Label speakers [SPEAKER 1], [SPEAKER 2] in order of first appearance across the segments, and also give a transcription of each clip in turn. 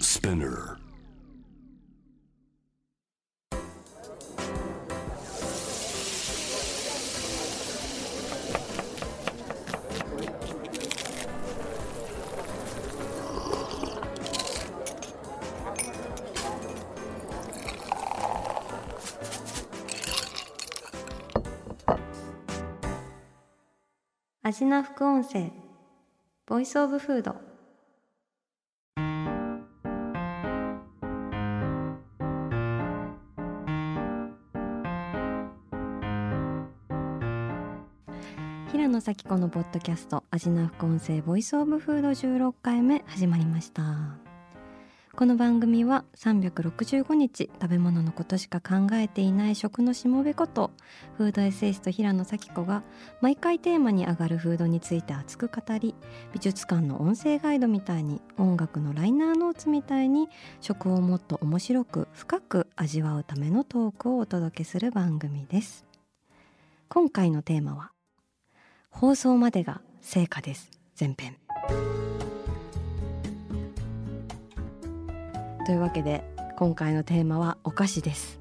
[SPEAKER 1] Spinner.
[SPEAKER 2] アジナ副音声ボイスオブフード平野咲子のポッドキャストアジナ副音声ボイスオブフード16回目始まりましたこの番組は365日食べ物のことしか考えていない食のしもべことフードエッセイスト平野咲子が毎回テーマに上がるフードについて熱く語り美術館の音声ガイドみたいに音楽のライナーノーツみたいに食をもっと面白く深く味わうためのトークをお届けする番組です今回のテーマは放送までが成果です前編というわけで今回のテーマはお菓子です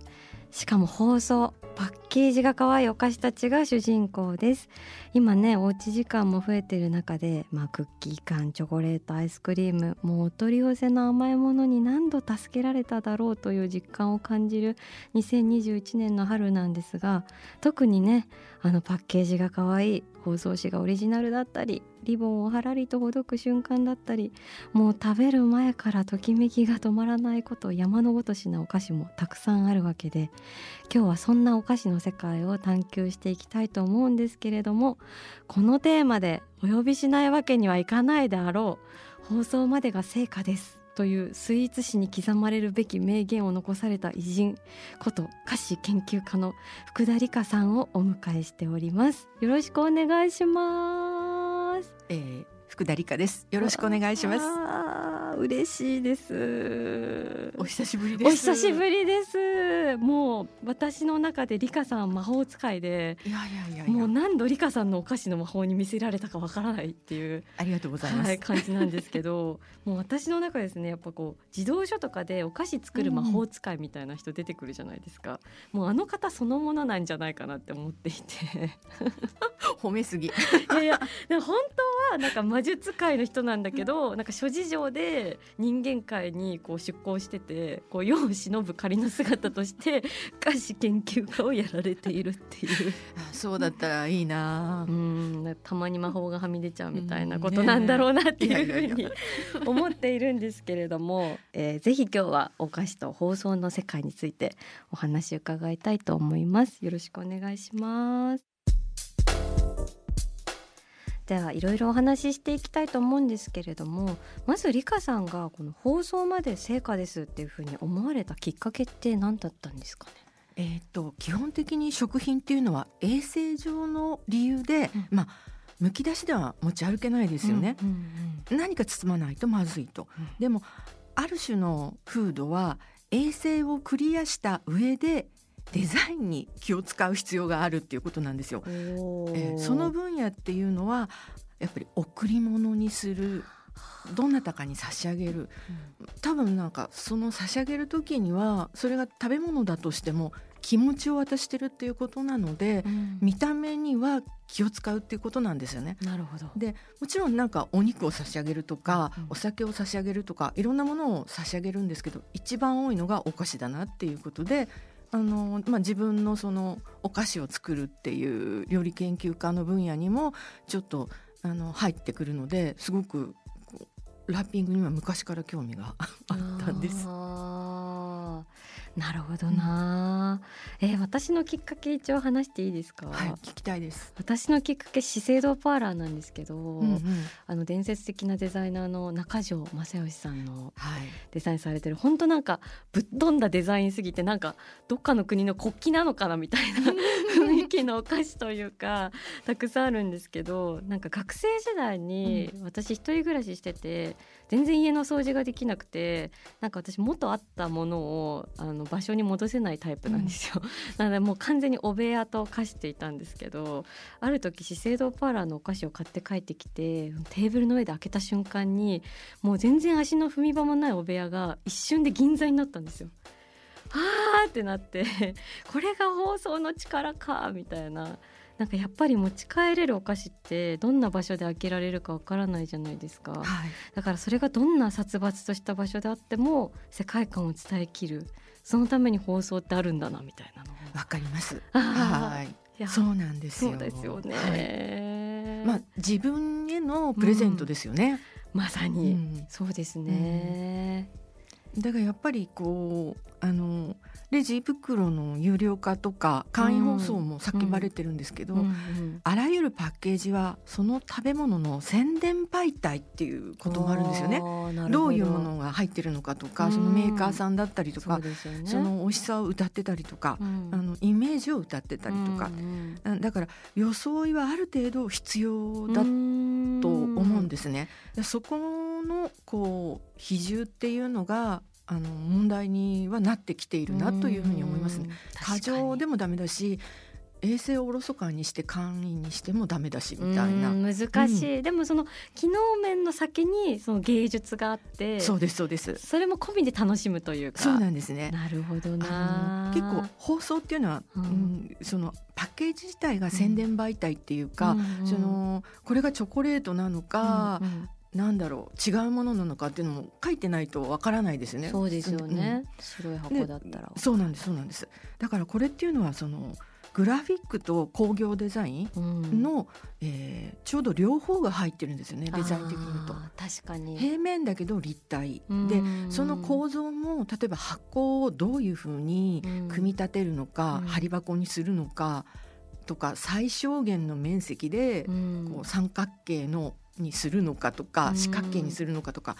[SPEAKER 2] しかも包装パッケージが可愛いお菓子たちが主人公です今ねおうち時間も増えてる中で、まあ、クッキー缶チョコレートアイスクリームもうお取り寄せの甘いものに何度助けられただろうという実感を感じる2021年の春なんですが特にねあのパッケージが可愛い包装紙がオリジナルだったりリボンをはらりとほどく瞬間だったりもう食べる前からときめきが止まらないこと山のごとしなお菓子もたくさんあるわけで今日はそんなお菓子の世界を探求していきたいと思うんですけれどもこのテーマでお呼びしないわけにはいかないであろう放送までが成果ですというスイーツ史に刻まれるべき名言を残された偉人こと菓子研究家の福田理香さんをお迎えしておりますよろしくお願いします
[SPEAKER 3] えー、福田理香です。よろしくお願いします。
[SPEAKER 2] あー嬉しいです
[SPEAKER 3] お久しぶりです。
[SPEAKER 2] お久しぶりですもう私の中で理香さん魔法使いで
[SPEAKER 3] いやいやいやいや
[SPEAKER 2] もう何度理香さんのお菓子の魔法に見せられたかわからないっていう
[SPEAKER 3] ありがとうございます。
[SPEAKER 2] はい、感じなんですけ どもう私の中ですねやっぱこう児童書とかでお菓子作る魔法使いみたいな人出てくるじゃないですか、もうあの方そのものなんじゃないかなって思ってい て
[SPEAKER 3] 褒めす ぎ。
[SPEAKER 2] いやいやでも本当はなんか魔術界の人なんだけどなんか諸事情で人間界にこう出向しててこう世を忍ぶ仮の姿と して菓子研究家をやられているっていう。
[SPEAKER 3] あそうだったらいいな
[SPEAKER 2] う。んたまに魔法がはみ出ちゃうみたいなことなんだろうなっていうふう
[SPEAKER 3] うんね
[SPEAKER 2] に思っているんですけれども、えーぜひ今日はお菓子と放送の世界についてお話伺いたいと思いますよろしくお願いしますではいろいろお話ししていきたいと思うんですけれどもまず理香さんがこの放送まで成果ですっていうふうに思われたきっかけって何だったんですかね
[SPEAKER 3] えーっと基本的に食品っていうのは衛生上の理由で、
[SPEAKER 2] うん
[SPEAKER 3] まあむき出しでは持ち歩けないですよね。
[SPEAKER 2] うんうん
[SPEAKER 3] 何か包まないとまずいと。
[SPEAKER 2] うん
[SPEAKER 3] でもある種のフードは衛生をクリアした上でデザインに気を使う必要があるっていうことなんですよ。
[SPEAKER 2] うんおー
[SPEAKER 3] えーその分野っていうのはやっぱり贈り物にするどなたかに差し上げる多分なんかその差し上げる時にはそれが食べ物だとしても気持ちを渡してるっていうことなので
[SPEAKER 2] うん
[SPEAKER 3] 見た目には気を使うっていうことなんですよね。
[SPEAKER 2] なるほど
[SPEAKER 3] でもちろんなんかお肉を差し上げるとか、
[SPEAKER 2] うん
[SPEAKER 3] お酒を差し上げるとかいろんなものを差し上げるんですけど一番多いのがお菓子だなっていうことで。あのまあ、自分のそのお菓子を作るっていう料理研究家の分野にもちょっとあの入ってくるのですごくこうラッピングには昔から興味があったんです。
[SPEAKER 2] あーなるほどな、えー私のきっかけ一応話していいですか、
[SPEAKER 3] はい、聞きたいです、
[SPEAKER 2] 私のきっかけ資生堂パーラーなんですけど、
[SPEAKER 3] うんうん
[SPEAKER 2] あの伝説的なデザイナーの中条正義さんの
[SPEAKER 3] はい、
[SPEAKER 2] デザインされてる本当なんか ぶっ飛んだデザインすぎてなんかどっかの国の国旗なのかなみたいな雰囲期のお菓子というかたくさんあるんですけどなんか学生時代に私一人暮らししてて全然家の掃除ができなくてなんか私元あったものをあの場所に戻せないタイプなんですよ。なのでもう完全にお部屋と化していたんですけどある時資生堂パーラーのお菓子を買って帰ってきてテーブルの上で開けた瞬間にもう全然足の踏み場もないお部屋が一瞬で銀座になったんですよ。あーってなってこれが放送の力かみたいななんかやっぱり持ち帰れるお菓子ってどんな場所で開けられるかわからないじゃないですか
[SPEAKER 3] はい、
[SPEAKER 2] だからそれがどんな殺伐とした場所であっても世界観を伝えきるそのために放送ってあるんだなみたいなのを
[SPEAKER 3] わかります。
[SPEAKER 2] あー
[SPEAKER 3] はい
[SPEAKER 2] や
[SPEAKER 3] そうなんですよ。
[SPEAKER 2] そうですよ
[SPEAKER 3] はい
[SPEAKER 2] ね、
[SPEAKER 3] まあ自分へのプレゼントですよね。
[SPEAKER 2] まさ
[SPEAKER 3] う
[SPEAKER 2] に、
[SPEAKER 3] ん
[SPEAKER 2] そうですね、
[SPEAKER 3] だからやっぱりこうあのレジ袋の有料化とか会員放送も叫ばれてるんですけど、
[SPEAKER 2] うんうん
[SPEAKER 3] あらゆるパッケージはその食べ物の宣伝媒体っていうこともあるんですよね
[SPEAKER 2] あ。ーなる
[SPEAKER 3] ど
[SPEAKER 2] ほ
[SPEAKER 3] ういうものが入ってるのかとか、そのメーカーさんだったりと
[SPEAKER 2] そ
[SPEAKER 3] か
[SPEAKER 2] う、ですよね
[SPEAKER 3] その美味しさを歌ってたりとか
[SPEAKER 2] う、ん
[SPEAKER 3] あのイメージを歌ってたりとか
[SPEAKER 2] うん、うん
[SPEAKER 3] うんだから装いはある程度必要だと
[SPEAKER 2] と
[SPEAKER 3] 思うんですね。でそこのこう比重っていうのがあの問題にはなってきているなというふうに思いますね。。過剰で
[SPEAKER 2] も
[SPEAKER 3] もダメだし衛生をおろそかにして簡易にしてもダメだしみたいな。
[SPEAKER 2] 難しい、でもその機能面の先にその芸術があって
[SPEAKER 3] そうですそうです。
[SPEAKER 2] それも込みで楽しむというか
[SPEAKER 3] そうなんですね。
[SPEAKER 2] なるほど
[SPEAKER 3] あ
[SPEAKER 2] な
[SPEAKER 3] の結構放送っていうのは、
[SPEAKER 2] うん
[SPEAKER 3] うんそのパッケージ自体が宣伝媒体っていうか、
[SPEAKER 2] うんうん
[SPEAKER 3] そのこれがチョコレートなのか、
[SPEAKER 2] うんうん
[SPEAKER 3] なんだろう違うものなのかっていうのも書いてないとわからないですよね。
[SPEAKER 2] そうですよね、白い箱だったら
[SPEAKER 3] うん。そうなんですそうなんです。だからこれっていうのはそのグラフィックと工業デザイン
[SPEAKER 2] うん
[SPEAKER 3] の、えーちょうど両方が入ってるんですよねデザイン的に言うと。
[SPEAKER 2] あー確かに
[SPEAKER 3] 平面だけど立体で
[SPEAKER 2] うん
[SPEAKER 3] その構造も例えば箱をどういうふうに組み立てるのか、
[SPEAKER 2] うん
[SPEAKER 3] 張り箱にするのかとか最小限の面積で
[SPEAKER 2] うん
[SPEAKER 3] こう三角形のにするのかとか、
[SPEAKER 2] うん
[SPEAKER 3] 四角形にするのかとか、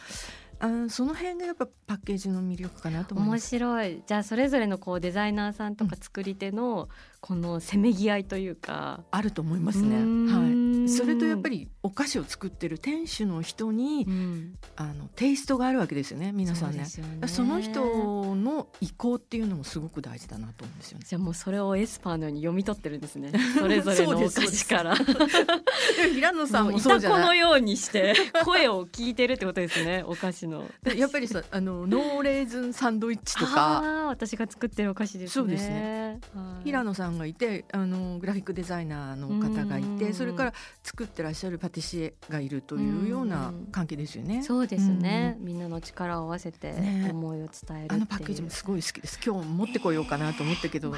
[SPEAKER 3] あーその辺がやっぱパッケージの魅力かなと思いま
[SPEAKER 2] 面
[SPEAKER 3] す。
[SPEAKER 2] 白いじゃあそれぞれのこうデザイナーさんとか作り手のこのせめぎ合いというか、
[SPEAKER 3] あると思いますね。はい。
[SPEAKER 2] ね
[SPEAKER 3] それとやっぱ
[SPEAKER 2] り、
[SPEAKER 3] りお菓子を作ってる店主の人に
[SPEAKER 2] うん
[SPEAKER 3] あのテイストがあるわけですよね。皆さんね。
[SPEAKER 2] そうですよ
[SPEAKER 3] その人の意向っていうのもすごく大事だなと思うんです よね。
[SPEAKER 2] じゃあもうそれをエスパーのように読み取ってるんですね それぞれのお菓子から
[SPEAKER 3] 平野
[SPEAKER 2] もういたこのようにして声を聞いてるってことですねお菓子の
[SPEAKER 3] い。やっぱりさあのノーレーズンサンドイッチとか。
[SPEAKER 2] あー私が作ってるお菓子ですね
[SPEAKER 3] そうです
[SPEAKER 2] ねはい
[SPEAKER 3] 平野さんがいてあのグラフィックデザイナーの方がい
[SPEAKER 2] うん
[SPEAKER 3] てそれから作ってらっしゃるパティシエがいるというような関係ですよね。
[SPEAKER 2] そうですね、みんなの力を合わせて
[SPEAKER 3] ね
[SPEAKER 2] 思いを伝えるってい
[SPEAKER 3] あ
[SPEAKER 2] う
[SPEAKER 3] のパッケージもすごい好きです。今日持ってこようかなと思ったけど、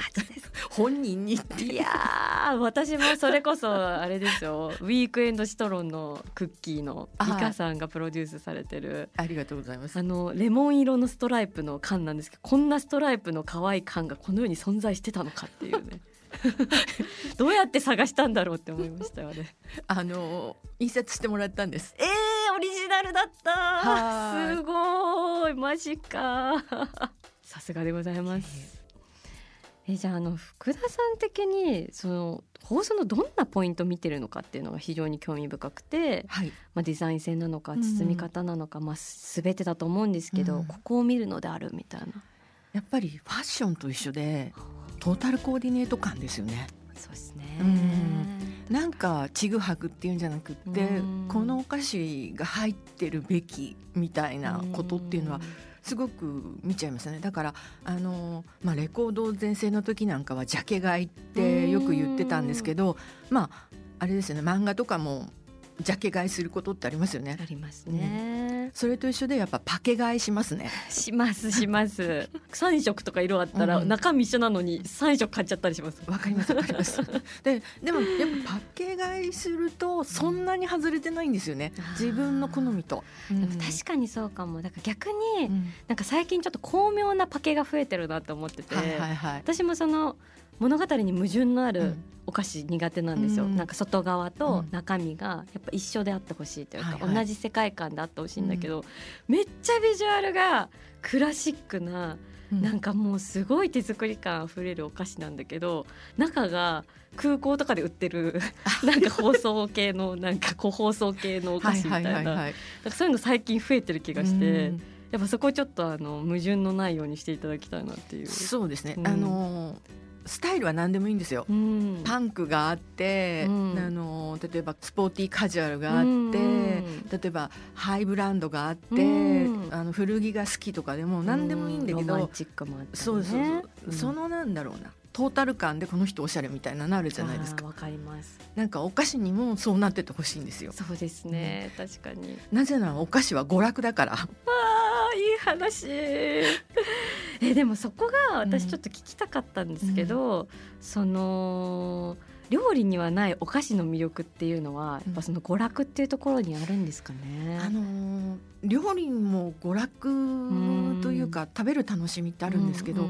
[SPEAKER 3] 本人にって
[SPEAKER 2] いやー私もそれこそあれです よウィークエンドシトロンのクッキーの
[SPEAKER 3] あ
[SPEAKER 2] リ
[SPEAKER 3] ー
[SPEAKER 2] カさんがプロデュースされてる
[SPEAKER 3] ありがとうございます
[SPEAKER 2] あ。のレモン色のストライプの缶なんですけどこんなストライプの可愛い缶がこの世に存在してたのかっていう ねどうやって探したんだろうって思いましたよね
[SPEAKER 3] あの印刷してもらったんです。
[SPEAKER 2] えー、オリジナルだった
[SPEAKER 3] はーい
[SPEAKER 2] すごーいマジかーさすがでございますえじゃああの福田さん的にその放送のどんなポイント見てるのかっていうのが非常に興味深くて、
[SPEAKER 3] はい。
[SPEAKER 2] まあ、デザイン性なのか
[SPEAKER 3] うん
[SPEAKER 2] 包み方なのか、まあ、す全てだと思うんですけど、
[SPEAKER 3] うん
[SPEAKER 2] ここを見るのであるみたいな
[SPEAKER 3] やっぱりファッションと一緒でトータルコーディネート感ですよね。
[SPEAKER 2] そうですね。
[SPEAKER 3] うんなんかちぐはぐっていうんじゃなくって、
[SPEAKER 2] うん
[SPEAKER 3] このお菓子が入ってるべきみたいなことっていうのはすごく見ちゃいますねだからあの、まあ、レコード全盛の時なんかはジャケ買いってよく言ってたんですけどまああれですよね漫画とかもジャケ買いすることってありますよね
[SPEAKER 2] あ。りますね。
[SPEAKER 3] それと一緒でやっぱパケ買いしますね。
[SPEAKER 2] しますします。三色とか色あったら
[SPEAKER 3] うん
[SPEAKER 2] 中身一緒なのに三色買っちゃったりします。
[SPEAKER 3] わかりますわかります。ででもやっぱパッケ買いするとそんなに外れてないんですよね
[SPEAKER 2] うん。
[SPEAKER 3] 自分の好みと。
[SPEAKER 2] でも確かにそうかも。だから逆に、
[SPEAKER 3] うん
[SPEAKER 2] なんか最近ちょっと巧妙なパケが増えてるなと思ってて、
[SPEAKER 3] はいはいはい。
[SPEAKER 2] 私もその物語に矛盾のあ
[SPEAKER 3] う
[SPEAKER 2] る
[SPEAKER 3] ん
[SPEAKER 2] お菓子苦手なんですよ、
[SPEAKER 3] うん
[SPEAKER 2] なんか外側と
[SPEAKER 3] うん
[SPEAKER 2] 中身がやっぱ一緒であってほしいというか、
[SPEAKER 3] はいはい
[SPEAKER 2] 同じ世界観であってほしいんだけど、めっちゃビジュアルがクラシックな
[SPEAKER 3] うん
[SPEAKER 2] なんかもうすごい手作り感あふれるお菓子なんだけど中が空港とかで売ってるなんか包装系のなんか個包装系のお菓子みたいななん
[SPEAKER 3] い。
[SPEAKER 2] かそういうの最近増えてる気がして、
[SPEAKER 3] うん
[SPEAKER 2] やっぱそこちょっとあの矛盾のないようにしていただきたいなっていう。
[SPEAKER 3] そうですね。
[SPEAKER 2] うん
[SPEAKER 3] あのースタイルは何でもいいんですよ。
[SPEAKER 2] うん
[SPEAKER 3] パンクがあって、
[SPEAKER 2] うん
[SPEAKER 3] あのー例えばスポーティーカジュアルがあっ
[SPEAKER 2] う
[SPEAKER 3] て。
[SPEAKER 2] ん
[SPEAKER 3] 例えばハイブランドがあって、
[SPEAKER 2] うん
[SPEAKER 3] あの古着が好きとかでも何でもいいんだけ
[SPEAKER 2] うロマン
[SPEAKER 3] ど、
[SPEAKER 2] チックもあったりね
[SPEAKER 3] そうそうそう、
[SPEAKER 2] うん
[SPEAKER 3] そのなんだろうなトータル感でこの人おしゃれみたいななるじゃないです
[SPEAKER 2] あー
[SPEAKER 3] か
[SPEAKER 2] わかります。
[SPEAKER 3] なんかお菓子にもそうなっててほしいんですよ
[SPEAKER 2] そうですね。確かに。
[SPEAKER 3] なぜならお菓子は娯楽だから
[SPEAKER 2] ああ、いい話。 え、でも、そこが私
[SPEAKER 3] うん
[SPEAKER 2] ちょっと聞きたかったんですけど。その。料理にはないお菓子の魅力っていうのは、
[SPEAKER 3] うん
[SPEAKER 2] やっぱその娯楽っていうところにあるんですかね。
[SPEAKER 3] あのー料理も娯楽というか食べる楽しみってあるんですけど、
[SPEAKER 2] うう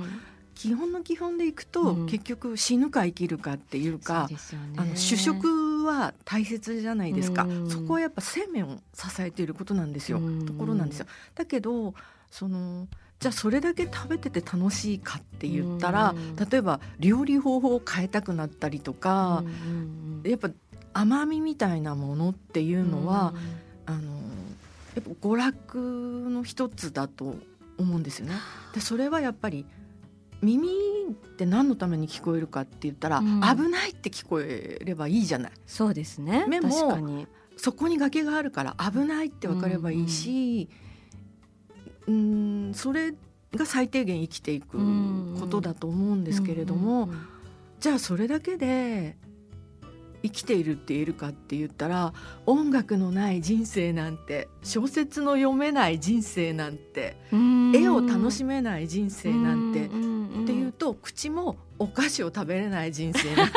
[SPEAKER 3] 基本の基本でいくと、
[SPEAKER 2] うん
[SPEAKER 3] 結局死ぬか生きるかっていう
[SPEAKER 2] そう
[SPEAKER 3] か
[SPEAKER 2] ですよね。
[SPEAKER 3] あの主食は大切じゃないですか、
[SPEAKER 2] うん
[SPEAKER 3] そこはやっぱ生命を支えていることなんですよ、
[SPEAKER 2] うん
[SPEAKER 3] ところなんですよだけどそのじゃあそれだけ食べてて楽しいかって言ったら、
[SPEAKER 2] うん
[SPEAKER 3] 例えば料理方法を変えたくなったりと
[SPEAKER 2] うん
[SPEAKER 3] か
[SPEAKER 2] う、んうん。
[SPEAKER 3] やっぱ甘みみたいなものっていうのは、
[SPEAKER 2] うん、
[SPEAKER 3] あのやっぱ娯楽の一つだと思うんですよね。でそれはやっぱり耳って何のために聞こえるかって言ったら、
[SPEAKER 2] うん
[SPEAKER 3] 危ないって聞こえればいいじゃない
[SPEAKER 2] そうですね。
[SPEAKER 3] 目も
[SPEAKER 2] 確かに。
[SPEAKER 3] そこに崖があるから危ないって分かればいいし、うん、それが最低限生きていくことだと思うんですけれども、
[SPEAKER 2] うんうんうん
[SPEAKER 3] じゃあそれだけで生きているって言えるかって言ったら音楽のない人生なんて小説の読めない人生なんて絵を楽しめない人生なんてっていうと口もお菓子を食べれない人生なんて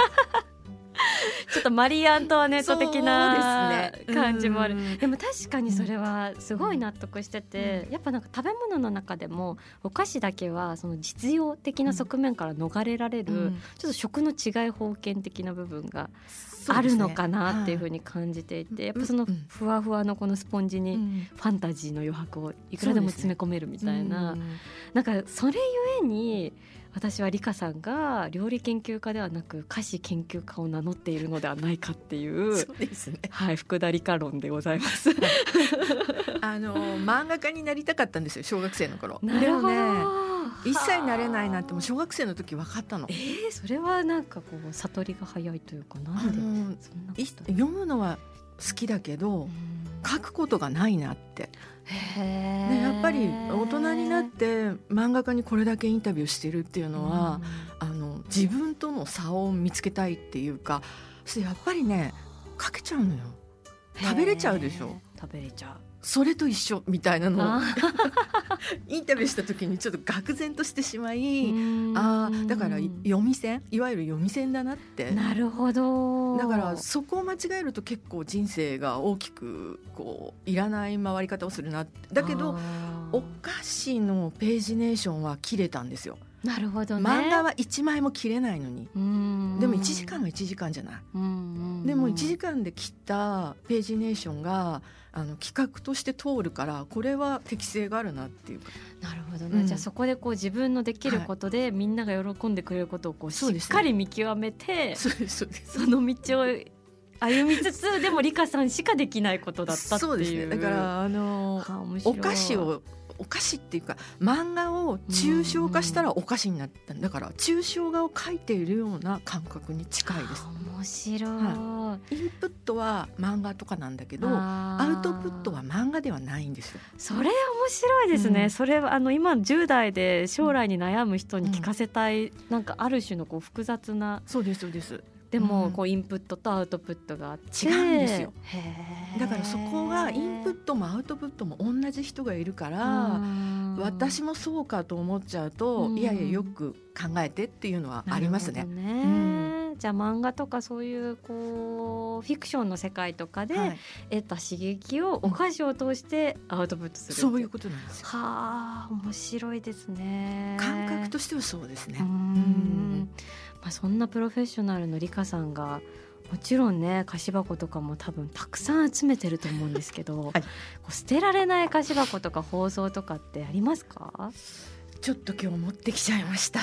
[SPEAKER 2] ちょっとマリー・アントワネット的な
[SPEAKER 3] そうですね
[SPEAKER 2] 感じもある。
[SPEAKER 3] うん
[SPEAKER 2] でも確かにそれはすごい納得してて、やっぱなんか食べ物の中でもお菓子だけはその実用的な側面から逃れられる、
[SPEAKER 3] うん
[SPEAKER 2] ちょっと食の違い封建的な部分が
[SPEAKER 3] そう
[SPEAKER 2] あ
[SPEAKER 3] で
[SPEAKER 2] る
[SPEAKER 3] すね
[SPEAKER 2] のかなっていうふうに感じていて、やっぱその
[SPEAKER 3] うん
[SPEAKER 2] ふわふわのこのスポンジ
[SPEAKER 3] はい
[SPEAKER 2] に
[SPEAKER 3] うん
[SPEAKER 2] ファンタジーの余白をいくらでも詰め込めるみたいな、
[SPEAKER 3] うん
[SPEAKER 2] なんかそれゆえに私は理香さんが料理研究家ではなく菓子研究家を名乗っているのではないかっていう
[SPEAKER 3] そ。うですね
[SPEAKER 2] はい、福田理香論でございます。
[SPEAKER 3] あの漫画家になりたかったんですよ小学生の頃
[SPEAKER 2] なるほど。
[SPEAKER 3] でもね一切なれないなってもう
[SPEAKER 2] しょ。
[SPEAKER 3] 小学生の時分かったの
[SPEAKER 2] えー、それはなんかこう悟りが早いというか、な
[SPEAKER 3] あ
[SPEAKER 2] んで。そ
[SPEAKER 3] の
[SPEAKER 2] んないこと。
[SPEAKER 3] 読むのは好きだけど
[SPEAKER 2] うん
[SPEAKER 3] 書くことがないなって、
[SPEAKER 2] へえ
[SPEAKER 3] ね、やっぱり大人になって漫画家にこれだけインタビューしてるっていうのは、、あの自分との差を見つけたいっていうかそしてやっぱりね書けちゃうのよ
[SPEAKER 2] うん
[SPEAKER 3] 食べれちゃうでしょ。
[SPEAKER 2] へー食べれちゃう。
[SPEAKER 3] それと一緒みたいなのを
[SPEAKER 2] あ
[SPEAKER 3] インタビューした時にちょっと愕然としてしまい、
[SPEAKER 2] ー
[SPEAKER 3] あーだから読み線いわゆる読み線だなって
[SPEAKER 2] なるほど。
[SPEAKER 3] だからそこを間違えると結構人生が大きくこういらない回り方をするなってだけど
[SPEAKER 2] あー
[SPEAKER 3] お菓子のページネーションは切れたんですよ、
[SPEAKER 2] なるほどね。
[SPEAKER 3] 漫画は1枚も切れないのに
[SPEAKER 2] うん、
[SPEAKER 3] でも1時間は1時間じゃない、
[SPEAKER 2] うんうんうん
[SPEAKER 3] でも1時間で切ったページネーションがあの企画として通るからこれは適性があるなっていうか
[SPEAKER 2] なるほどね、
[SPEAKER 3] うん
[SPEAKER 2] じゃあそこでこう自分のできることで、みんなが喜んでくれることをこうし
[SPEAKER 3] そうですね
[SPEAKER 2] っかり見極めてそ,、
[SPEAKER 3] そうですそうです
[SPEAKER 2] の道を歩みつつでもリカさんしかできないことだったっていう
[SPEAKER 3] そうですねだからあの
[SPEAKER 2] あ面白
[SPEAKER 3] お
[SPEAKER 2] い
[SPEAKER 3] 菓子をお菓子っていうか漫画を抽象化したらお菓子になったんだから抽象画を描いているような感覚に近いです
[SPEAKER 2] あ面白い、
[SPEAKER 3] インプットは漫画とかなんだけど
[SPEAKER 2] あ
[SPEAKER 3] ア
[SPEAKER 2] ー
[SPEAKER 3] ウトプットは漫画ではないんですよ
[SPEAKER 2] それ面白いですね、
[SPEAKER 3] うん
[SPEAKER 2] それはあの今10代で将来に悩む人に聞かせたい、なんかある種のこう複雑な
[SPEAKER 3] そうですそうです
[SPEAKER 2] でも
[SPEAKER 3] うん
[SPEAKER 2] こうインプットとアウトプットがあって
[SPEAKER 3] 違うんですよ
[SPEAKER 2] へー
[SPEAKER 3] だからそこがインプットもアウトプットも同じ人がいるから
[SPEAKER 2] うん
[SPEAKER 3] 私もそうかと思っちゃうと
[SPEAKER 2] うん
[SPEAKER 3] いやいやよく考えてっていうのはあります
[SPEAKER 2] な
[SPEAKER 3] ね
[SPEAKER 2] るほ。どじゃあ漫画とかそういうこうフィクションの世界とかで
[SPEAKER 3] はい
[SPEAKER 2] 得た刺激をお菓子を通してアウトプットするって
[SPEAKER 3] そういうことなんですよ。
[SPEAKER 2] はあ面白いですね
[SPEAKER 3] 感覚としてはそうです
[SPEAKER 2] う
[SPEAKER 3] ね。
[SPEAKER 2] んまあそんなプロフェッショナルのリカさんがもちろんね菓子箱とかも多分たくさん集めてると思うん ですけど、
[SPEAKER 3] はい
[SPEAKER 2] こう捨てられない菓子箱とか包装とかってありますか？
[SPEAKER 3] ちょっと今日持ってきちゃいました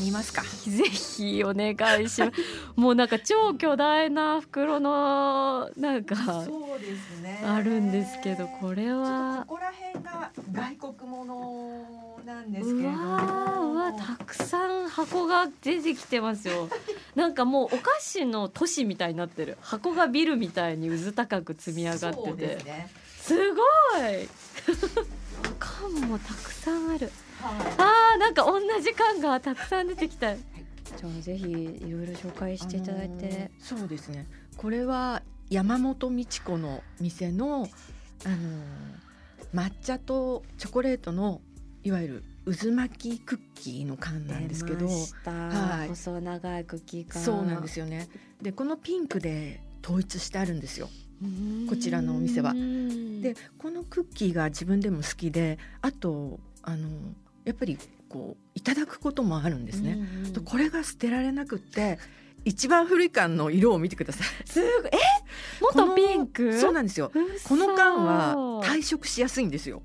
[SPEAKER 3] 見ますか
[SPEAKER 2] ぜひお願いします もうなんか超巨大な袋のなんか
[SPEAKER 1] そうですね。
[SPEAKER 2] あるんですけどこれ
[SPEAKER 1] ちょっと
[SPEAKER 2] は
[SPEAKER 1] ここら辺が外国ものなんですけ
[SPEAKER 2] う
[SPEAKER 1] れ
[SPEAKER 2] わ
[SPEAKER 1] ども。
[SPEAKER 2] ーうわたくさん箱が出てきてます よなんかもうお菓子の都市みたいになってる箱がビルみたいにうず高く積み上がっ
[SPEAKER 1] そ
[SPEAKER 2] て
[SPEAKER 1] う
[SPEAKER 2] て
[SPEAKER 1] ですね。
[SPEAKER 2] すごい缶もたくさんある
[SPEAKER 1] はい。
[SPEAKER 2] あーなんか同じ缶がたくさん出てきたじゃあぜひいろいろ紹介していただいて、
[SPEAKER 3] あのーそうですねこれは山本美智子の店の、あのー抹茶とチョコレートのいわゆる渦巻きクッキーの缶なんですけ
[SPEAKER 2] 出
[SPEAKER 3] ど
[SPEAKER 2] ました
[SPEAKER 3] はい
[SPEAKER 2] 細長いクッキー缶
[SPEAKER 3] そうなんですよねでこのピンクで統一してあるんですよこちらのお店はで
[SPEAKER 2] で
[SPEAKER 3] このクッキーが自分でも好きであとあのやっぱりこういただくこともあるんですね、とこれが捨てられなくって一番古い缶の色を見てくだ さい
[SPEAKER 2] すごいえ元ピンク
[SPEAKER 3] そうなんですよ
[SPEAKER 2] 嘘
[SPEAKER 3] この缶は退色しやすいんですよ。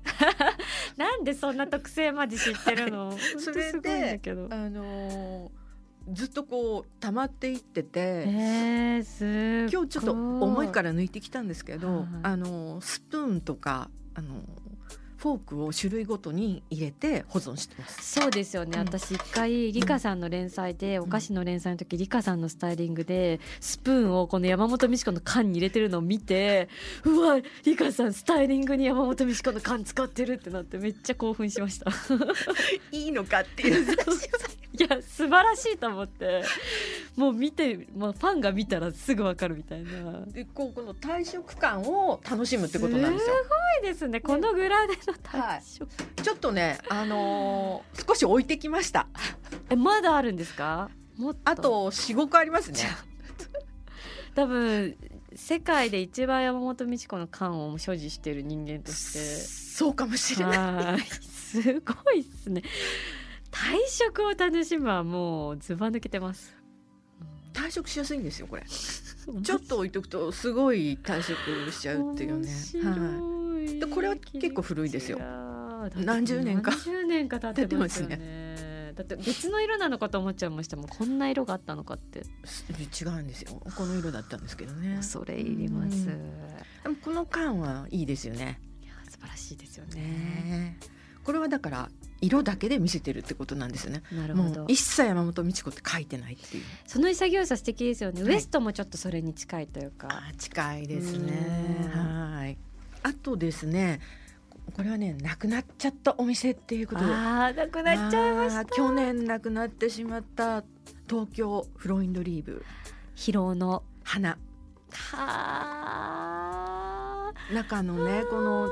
[SPEAKER 2] なんでそんな特性まで知ってるの、本当
[SPEAKER 3] それです
[SPEAKER 2] ごいんだけど
[SPEAKER 3] あのーずっとこう溜まっていって
[SPEAKER 2] え
[SPEAKER 3] て、
[SPEAKER 2] ー、す
[SPEAKER 3] 今日ちょっと重いからら抜いてきたんですけ
[SPEAKER 2] は
[SPEAKER 3] ど
[SPEAKER 2] い、
[SPEAKER 3] あのースプーンとかあのーフォークを種類ごとに入れて保存してます。
[SPEAKER 2] そうですよね、
[SPEAKER 3] うん
[SPEAKER 2] 私一回リカさんの連載で、お菓子の連載の時リカさんのスタイリングでスプーンをこの山本美智子の缶に入れてるのを見てうわリカさんスタイリングに山本美智子の缶使ってるってなってめっちゃ興奮しました
[SPEAKER 3] いいのかって いう。
[SPEAKER 2] いや素晴らしいと思ってもう見て、まあ、ファンが見たらすぐわかるみたいな
[SPEAKER 3] でこうこの退色感を楽しむってことなんですよ。
[SPEAKER 2] いですね。このグラデの対象。
[SPEAKER 3] ちょっとねあのー少し置いてきました。
[SPEAKER 2] え、まだあるんですか。もっと
[SPEAKER 3] あと四五個ありますね。
[SPEAKER 2] 多分。世界で一番山本美智子の缶を所持している人間とし
[SPEAKER 3] そうかもしれ
[SPEAKER 2] て。
[SPEAKER 3] ない。
[SPEAKER 2] はい。すごいですね。退職を楽しむはもうずば抜けてます。。
[SPEAKER 3] 退職しやすいんですよこれ。ちょっと置いとくとすごい退職しちゃうっていうね。はいでこれは結構古いですよ
[SPEAKER 2] だって
[SPEAKER 3] 何十年か
[SPEAKER 2] 何十年か経ってますよね。だって別の色なのかと思っちゃいましたもん。こんな色があったのかって。
[SPEAKER 3] い。違うんですよ。この色だったんですけどね。
[SPEAKER 2] 恐れ入ります。
[SPEAKER 3] うんでもこの缶はいいですよね。
[SPEAKER 2] いや素晴らしいですよね。
[SPEAKER 3] ねこれはだから色だけで見せてるってことなんですよね。
[SPEAKER 2] なるほ
[SPEAKER 3] もう
[SPEAKER 2] ど。
[SPEAKER 3] 一切山本美智子って書いてないっていう。
[SPEAKER 2] その潔さ素敵ですよね。
[SPEAKER 3] はい
[SPEAKER 2] ウエストもちょっとそれに近いというか。
[SPEAKER 3] あ近いですね
[SPEAKER 2] う。ん
[SPEAKER 3] はい。あとですね。これはねなくなっちゃったお店っていうことで
[SPEAKER 2] ああなくなっちゃいまし
[SPEAKER 3] あ
[SPEAKER 2] た
[SPEAKER 3] ー。去年亡くなってしまった東京フロインドリーブ
[SPEAKER 2] 疲労の。
[SPEAKER 3] 花
[SPEAKER 2] はあ。
[SPEAKER 3] 中のねこの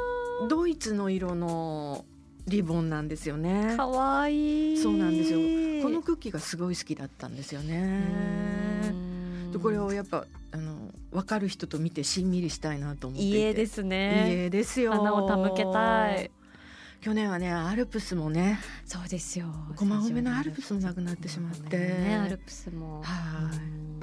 [SPEAKER 3] ドイツの色のリボンなんですよね
[SPEAKER 2] かわいい。
[SPEAKER 3] そうなんですよこ
[SPEAKER 2] こ
[SPEAKER 3] のクッキーがすごい好きだったんですよねで
[SPEAKER 2] の
[SPEAKER 3] これをやっぱあの分かる人と見てしんみりしたいなと思っていて
[SPEAKER 2] 家ですね。
[SPEAKER 3] 家ですよ
[SPEAKER 2] 花を手向けたい。
[SPEAKER 3] 去年はねアルプスもね
[SPEAKER 2] そうですよ。
[SPEAKER 3] 駒込のアルプスもなくなってしまって
[SPEAKER 2] ね、アルプスも。
[SPEAKER 3] はい
[SPEAKER 2] うん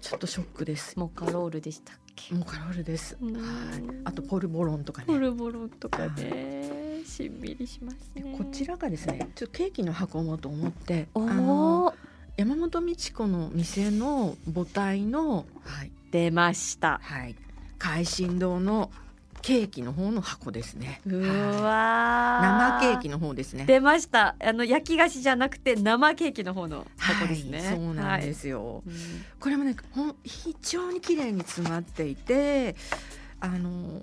[SPEAKER 3] ちょっとショックです
[SPEAKER 2] モカロールでしたっけ。
[SPEAKER 3] もうカロールです
[SPEAKER 2] うん
[SPEAKER 3] はいあとポルボロンとか
[SPEAKER 2] ボ
[SPEAKER 3] ね
[SPEAKER 2] ルボロンとかで、しんみりしますね。
[SPEAKER 3] こち。らがですねちょっとケーキの箱もと思って
[SPEAKER 2] お
[SPEAKER 3] あの
[SPEAKER 2] お。
[SPEAKER 3] 山本美智子の店の母体の、はい
[SPEAKER 2] 出ました。
[SPEAKER 3] はい、海心堂のケーキの方の箱ですね。
[SPEAKER 2] う
[SPEAKER 3] はい
[SPEAKER 2] わ
[SPEAKER 3] 生ケーキ
[SPEAKER 2] キ。
[SPEAKER 3] の方ですね。
[SPEAKER 2] 出ました。あの焼き菓子じゃなくて、生ケーキの方の箱ですね。。
[SPEAKER 3] はいそうなんですすよ。
[SPEAKER 2] うん
[SPEAKER 3] これもね、ほん非常に綺麗に詰まっていて、あの